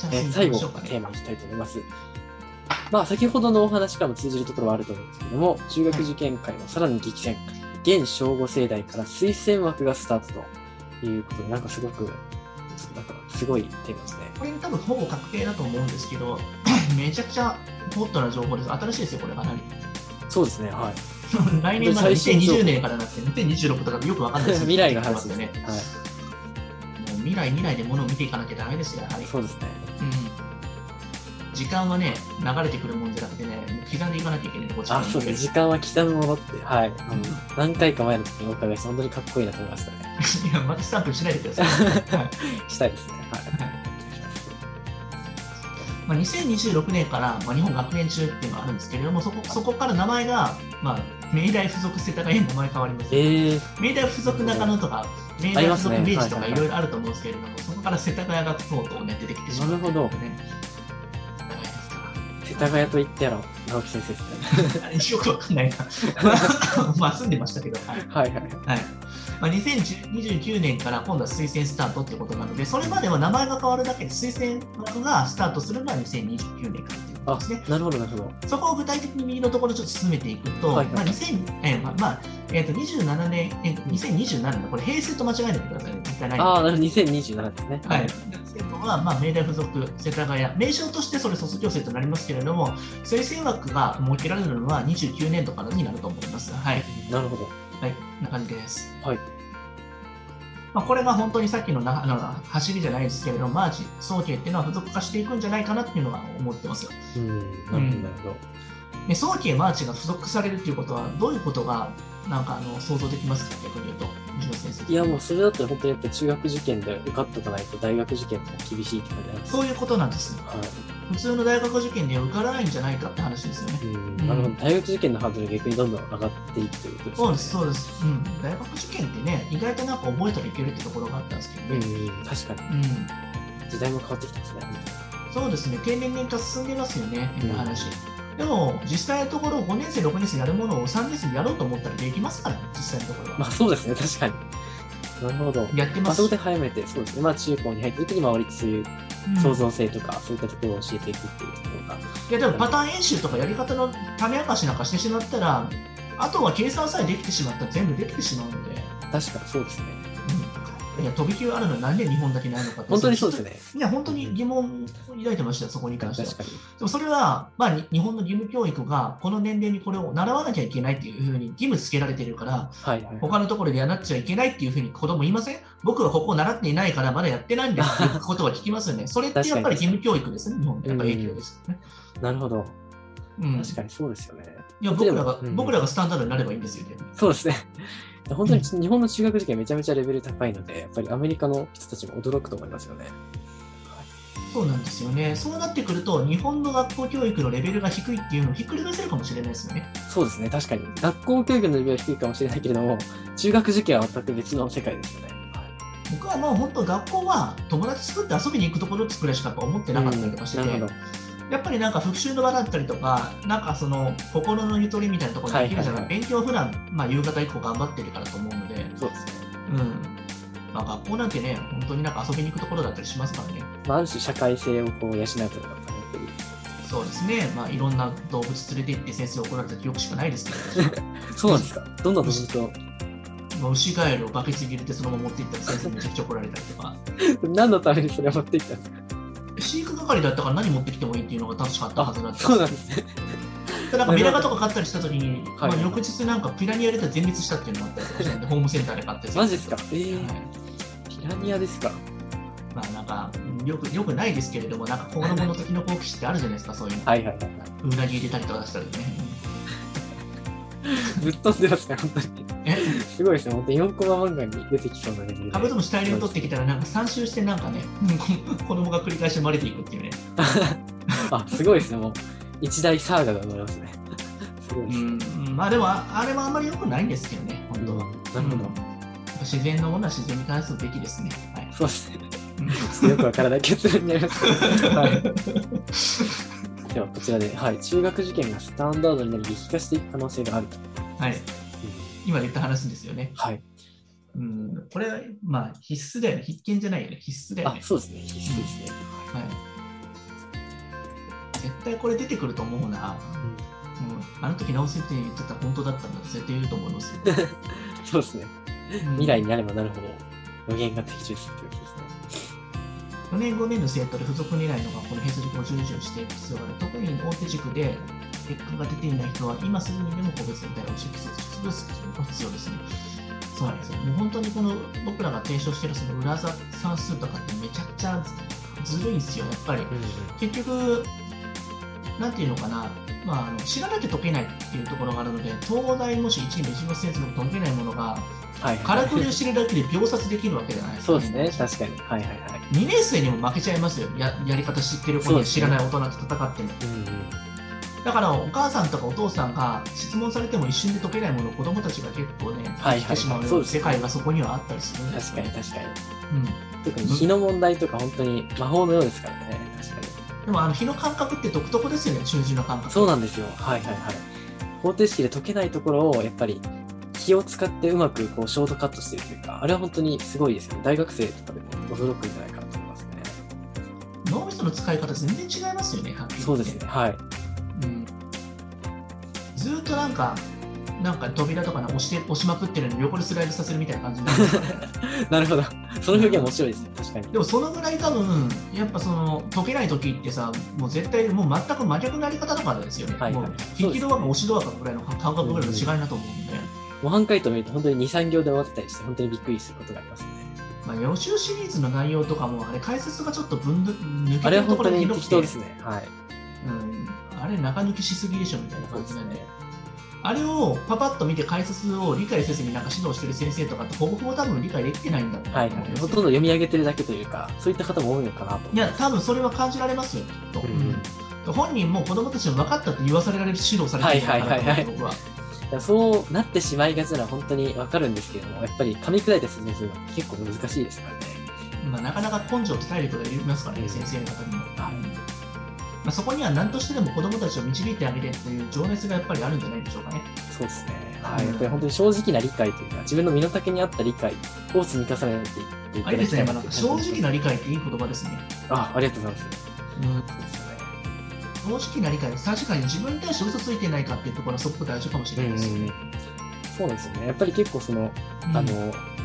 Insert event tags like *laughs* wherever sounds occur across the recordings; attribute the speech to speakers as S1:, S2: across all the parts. S1: じゃあ、
S2: えー
S1: 次
S2: 最
S1: 行きま
S2: 後
S1: しょ
S2: の
S1: うか
S2: テー
S1: ね。
S2: マにしたいと思います。まあ、先ほどのお話からも通じるところはあると思うんですけども、中学受験会のさらに激戦、現小5世代から推薦枠がスタートということで、なんかすごく、なんかすごいテーマですね。
S1: これ多分ほぼ確定だと思うんですけど、 *laughs* めちゃくちゃホットな情報です。新しいですよ、これ
S2: *laughs*
S1: かなり。
S2: そうですね、はい。
S1: 来年まで
S2: 最新情報
S1: 2020年からなって、2026とかよくわかんないです
S2: *laughs* 未来が話
S1: す
S2: ですね。はい。
S1: もう未来未来で物を見ていかなきゃダメですよ、やはり。
S2: そうですね。
S1: うん時間はね、流れてくるもんじゃなくてね、刻んでいかなきゃいけないこっちから
S2: あ、
S1: ね
S2: そうですね。時間は刻むものって、はい。あの何回か前の時にお伺いして、本当にかっこいいなと思いましたね。
S1: *laughs* いや、またスタンプしないでください。
S2: *laughs*
S1: はい
S2: したいですね。はい。
S1: まあ、2026年から、まあ、日本学園中っていうのがあるんですけれども、そこそこから名前が、まあ、明大附属世田谷に名前変わります。
S2: えー、
S1: 明大附属中野とか、明
S2: あ
S1: 大
S2: りま
S1: 附
S2: す
S1: 属
S2: ね
S1: 明治とか
S2: はいはいはい
S1: いろいろあると思うんですけれども、そこから世田谷がとうとうね、出てきてしまう。
S2: なるほど
S1: ね。世田谷ですから。
S2: 世田谷と言ってやろう、直樹先生ですね。
S1: よくわかん *laughs* ないな。まあ住んでましたけど、はい。
S2: はいはい。
S1: はいまあ、2029年から今度は推薦スタートってことなので、それまでは名前が変わるだけで、推薦枠がスタートするのは2029年からっていうこと
S2: あ
S1: ですね。、
S2: なるほどなるほど。
S1: そこを具体的に右のところちょっと進めていくと、
S2: はいはい
S1: まあ、2000えーまあまあえーと27年、えー2027年、これ平成と間違えないでくださいね、絶対ないんで
S2: ああ、なるほど2027ですね。
S1: はい、生徒は、まあ、明大附属世田谷、名称としてそれ卒業生となりますけれども、推薦枠が設けられるのは29年度からになると思います。はい、
S2: なるほど。
S1: はい、こんな感じです。
S2: はい。
S1: まあ、これが本当にさっきのなあの走りじゃないですけれども、マージ総計っていうのは付属化していくんじゃないかなっていうのは思ってますよ。
S2: うん、なるほど、なるほど。
S1: で早期へマーチが付属されるということは、どういうことがなんかあの想像できますか、逆に言うと、藤野先生。
S2: いや、もうそれだったら本当にやっぱ中学受験で受かっとかないと大学受験って厳しいって感じなんです。
S1: そういうことなんです。
S2: はい。
S1: 普通の大学受験には受からないんじゃないかって話ですよね。
S2: うん、なるほど。大学受験のハードルが逆にどんどん上がっていくということですね。
S1: そうです、そうです。うん。大学受験ってね、意外となんか覚えたらいけるってところがあったんですけど
S2: う
S1: ね。
S2: ん、うん確かに。
S1: うん。
S2: 時代も変わってきてますね。
S1: そうですね、経年年化進んでますよね、
S2: うん
S1: 変な話。でも、実際のところ、5年生、6年生やるものを3年生でやろうと思ったらできますからね、実際のところは。
S2: まあそうですね、確かに。なるほど。
S1: やって
S2: ま
S1: ま
S2: あ
S1: す。
S2: そこで早めて、そうですね。まあ中高に入っていく時に周りそういう
S1: うん
S2: 創造性とか、そういったところを教えていくっていうところが。
S1: いや、でもパターン演習とかやり方の種明かしなんかしてしまったら、あとは計算さえできてしまったら全部できてしまうので、
S2: 確かにそうですね。
S1: うん、いや、飛び級あるのになんで日本だけないのかって
S2: 本当にそうですね。
S1: いや、本当に疑問を抱いてましたよ、そこに関
S2: 確
S1: して
S2: か
S1: は
S2: に。。
S1: でもそれは、まあ、に日本の義務教育がこの年齢にこれを習わなきゃいけないっていうふうに義務つけられてるから
S2: はいはい。
S1: 他のところでやらなっちゃいけないっていうふうに子供言いません僕はここを習っていないからまだやってないんですっていうことは聞きます
S2: *laughs*
S1: よね。それってやっぱり義務教育ですね、日本ってやっぱ影響ですよね。
S2: なるほど。
S1: うん、い
S2: 確かにそうですよね。
S1: や僕らが、
S2: うん
S1: 僕らがスタンダードになればいいんですよね。
S2: そうですね。 *laughs* 本当に日本の中学受験めちゃめちゃレベル高いので、やっぱりアメリカの人たちも驚くと思いますよね。
S1: そうなんですよね。そうなってくると、日本の学校教育のレベルが低いっていうのをひっくり返せるかもしれないですよね。
S2: そうですね、確かに。学校教育のレベルは低いかもしれないけれども、中学受験は全く別の世界ですよね。
S1: 僕はもう本当学校は友達作って遊びに行くところくらいしかやっぱ思ってなかったりとかして
S2: うん
S1: て、
S2: なるほど。
S1: やっぱりなんか復習の場だったりとか、なんかその心のゆとりみたいなところにできるじゃない、
S2: はいはいはい
S1: 勉強普段、まあ夕方以降頑張ってるからと思うので、
S2: そうですね。
S1: うん。まあ学校なんてね、本当になんか遊びに行くところだったりしますからね。
S2: まあ、ある種社会性をこう養うというか、
S1: そうですね。まあいろんな動物連れて行って先生怒られた記憶しかないですけ
S2: *laughs*
S1: ど、
S2: そうなんですか。どんな動物を、
S1: まあ牛ガエルをバケツに入れてそのまま持って行ったら先生にめちゃくちゃ怒られたりとか、
S2: *laughs* 何のためにそれを持ってきたんですか
S1: 飼育係だったから何持ってきてもいいっていうのが確かあったはずだったんです
S2: そうなんですね。
S1: でなんかメダカとか買ったりしたときに、
S2: はい
S1: まあ、翌日なんかピラニアで全滅したっていうのがあったりとかして、ホームセンターで買ったり
S2: *laughs* マジですか
S1: は。
S2: え
S1: い
S2: ー、ピラニアですか。
S1: まあなんかよくよくないですけれども、なんか子供の時の好奇心ってあるじゃないですか、そういうの。
S2: はいはいは
S1: うなぎ入れたりとかしたりね。
S2: い。ぶっ飛んでますね、本当に。
S1: え
S2: すごいですね、本当に4コマ漫画に出てきそうなレベルで
S1: カブトムシ大量に取ってきたら、なんか3周してなんかね、子供が繰り返し生まれていくっていうね。
S2: あ、すごいですね、もう一大サーガが生まれますね。すごいうですね。
S1: ん、まあでも、ああれはあんまり良くないんですけどね、本当は。
S2: なるほど
S1: うん。自然のものは自然に返すべきですね。はい
S2: そうですね。
S1: うん
S2: よくわからない結論になりますけど。はい。ではこちらで、はい、中学受験がスタンダードになり、激化していく可能性があると。
S1: はい、今言った話ですよね。
S2: はい。
S1: うん、これは、まあ、必須だよね。必見じゃないよね。必須だよ
S2: あ
S1: ね、。
S2: そうですね。必須ですね。
S1: はい、絶対これ出てくると思うな。うん、あの時直せって言ってた本当だったんだ絶対言うと思い
S2: *laughs*
S1: ますよ、
S2: そうですね。
S1: うん
S2: 未来になればなるほど予言が的中するということですね。
S1: 4年5年の生徒で付属にないのがこの偏差軸を重視していく必要がある特に大手軸で結果が出ていない人は今すぐにでも個別の対応を積積する必要ですね。そうなんですよ。もう本当にこの僕らが提唱しているその裏算数とかってめちゃくちゃずるいんですよ、やっぱり。結局、なんていうのかな、まあ、あの知らなきゃ解けないっていうところがあるので、東大もし1位の一部先生でも解けないものが、
S2: はい。
S1: からくりを知るだけで秒殺できるわけじゃないですか
S2: そうですね。確かに。はいはいはい。
S1: 2年生にも負けちゃいますよややり方知ってる子
S2: そう
S1: に
S2: です
S1: 知
S2: ね
S1: らない大人と戦っても、
S2: うんうん。
S1: だからお母さんとかお父さんが質問されても一瞬で解けないものを子供たちが結構ね
S2: はいはい
S1: してしまうよ
S2: そうう
S1: な
S2: ですね
S1: 世界がそこにはあったりするんです
S2: 確かに確かに。
S1: うん、
S2: 特に日の問題とか本当に魔法のようですからね。確かに。
S1: でもあの日の感覚って独特ですよね中時の感覚
S2: そうなんですよ。はいはいはい。方程式で解けないところをやっぱり気を使ってうまくこうショートカットしてるというか、あれは本当にすごいですよね。大学生とかでも驚くんじゃないかなと思いますね。
S1: 脳みその使い方全然違いますよねはっきり言って
S2: そうですね。はい。
S1: う
S2: *laughs*
S1: んずーっとなんかなんか扉とかね押して押しまくってるのに横にスライドさせるみたいな感じになるんですよね
S2: なるほど。その表現面白いですね。確かに。
S1: でもそのぐらい多分やっぱその解けない時ってさもう絶対もう全く真逆のやり方とかですよね、
S2: はいはい
S1: もう引きドアか押しドアかぐらいの感覚ぐらいの違いだと思うんで、
S2: 模範解答見ると本当に2、3行で終わってたりして、本当にびっくりすることがありますね。
S1: まあ、予習シリーズの内容とかもあれ解説がちょっと分抜け
S2: あ
S1: て
S2: れ
S1: ると
S2: は本
S1: こ
S2: 当
S1: ろが
S2: に
S1: 広
S2: 適
S1: く
S2: 当
S1: て
S2: ですね。はい。
S1: うん、あれ中抜きしすぎでしょみたいな
S2: そ
S1: 感
S2: うで
S1: じ
S2: す
S1: なんで
S2: ね。
S1: あれをパパッと見て解説を理解せずになんか指導してる先生とかってほぼほぼ多分理解できてないんだと
S2: は
S1: 思う
S2: い
S1: ん
S2: はい。
S1: です
S2: ほとん
S1: よ
S2: ど読み上げてるだけというか、そういった方も多いのかなと。
S1: いや多分それは感じられますよきっと、
S2: うん
S1: うん本人も子供たちに分かったって言わされられる指導されてるんじゃないかなと思うんです僕は。
S2: だからそうなってしまいがちなのは本当にわかるんですけれども、やっぱり噛み砕いて説明するのは結構難しいですからね。
S1: まあ、なかなか根性と体力がいりますからね、
S2: うん
S1: 先生の方にも。
S2: はい
S1: まあ、そこには何としてでも子どもたちを導いてあげてっていう情熱がやっぱりあるんじゃないでしょうかね。
S2: そうですね。はい。
S1: うん
S2: やっぱり本当に正直な理解というか、自分の身の丈に合った理解を積み重ねていってい
S1: あ
S2: た
S1: れで
S2: だき
S1: す
S2: た
S1: ね、
S2: い
S1: まあな
S2: な
S1: ん
S2: と
S1: か正直な理解っていい言葉ですね。
S2: あ、ありがとうございます。
S1: うん
S2: そうですね。
S1: 正直な理解、確かに自分に対して嘘ついてないかっていうところはすごく大事かもしれないですよね。
S2: そうなんですよね。やっぱり結構その、
S1: うん
S2: あ、の、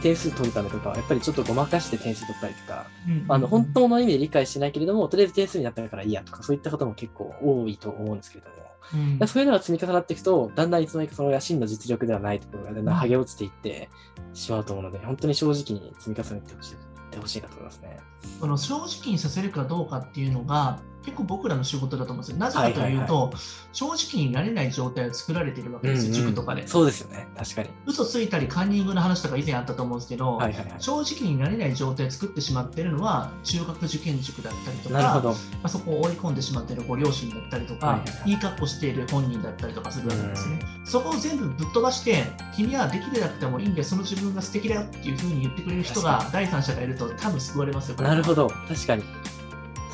S2: 点数取るためとか、やっぱりちょっとごまかして点数取ったりとか、
S1: うん
S2: あの、本当の意味で理解してないけれども、とりあえず点数になったからいいやとか、そういった方も結構多いと思うんですけれども、
S1: うん
S2: だからそういうのが積み重なっていくと、だんだんいつの間にかその真の実力ではないところがだんだん剥げ落ちていってしまうと思うので、本当に正直に積み重ねてほしい。ってほしいなと思いますね。
S1: その正直にさせるかどうかっていうのが結構僕らの仕事だと思うんですよ。なぜかというと、正直になれない状態を作られているわけですよ、塾とかで。
S2: そうですよね。確かに。
S1: 嘘ついたりカンニングの話とか以前あったと思うんですけど、
S2: はいはいは
S1: 正直になれない状態を作ってしまっているのは中学受験塾だったりと
S2: い。
S1: か
S2: なるほ
S1: ま
S2: ど。
S1: あ、そこを追い込んでしまっているご両親だったりとか、
S2: はい
S1: い
S2: はいはい
S1: い、格好している本人だったりとかするわけですね、そこを全部ぶっ飛ばして君はできてなくてもいいんでその自分が素敵だよっていうふうに言ってくれる人が第三者がいると多分救われますよ
S2: なるほ
S1: ど
S2: ど、確かに。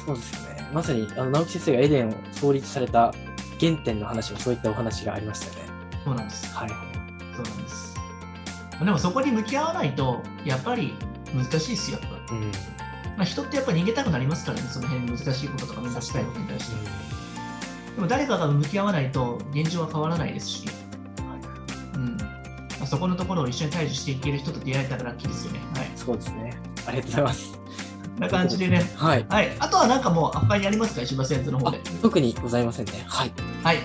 S2: そうですよね。まさに、あの直木先生がエデンを創立された原点の話もそういったお話がありましたよね。
S1: そうなんです
S2: はい。
S1: そうなんですでもそこに向き合わないとやっぱり難しいですよやっぱ
S2: うん。
S1: まあ、人ってやっぱ逃げたくなりますからね、その辺難しいこととか難しいことに対して。でも誰かが向き合わないと現状は変わらないですし、うんまあ、そこのところを一緒に対峙していける人と出会えたらラッキーですよね。はい、
S2: そうですね。ありがとうございます。
S1: こんな感じでね。
S2: はい。
S1: はい、あとはなんかもう、他にありますか、石破先生の方
S2: あ
S1: で。
S2: 特にございませんね。はい。
S1: はい、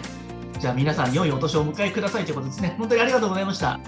S1: じゃあ皆さん、良いお年をお迎えくださいということですね。本当にありがとうございました。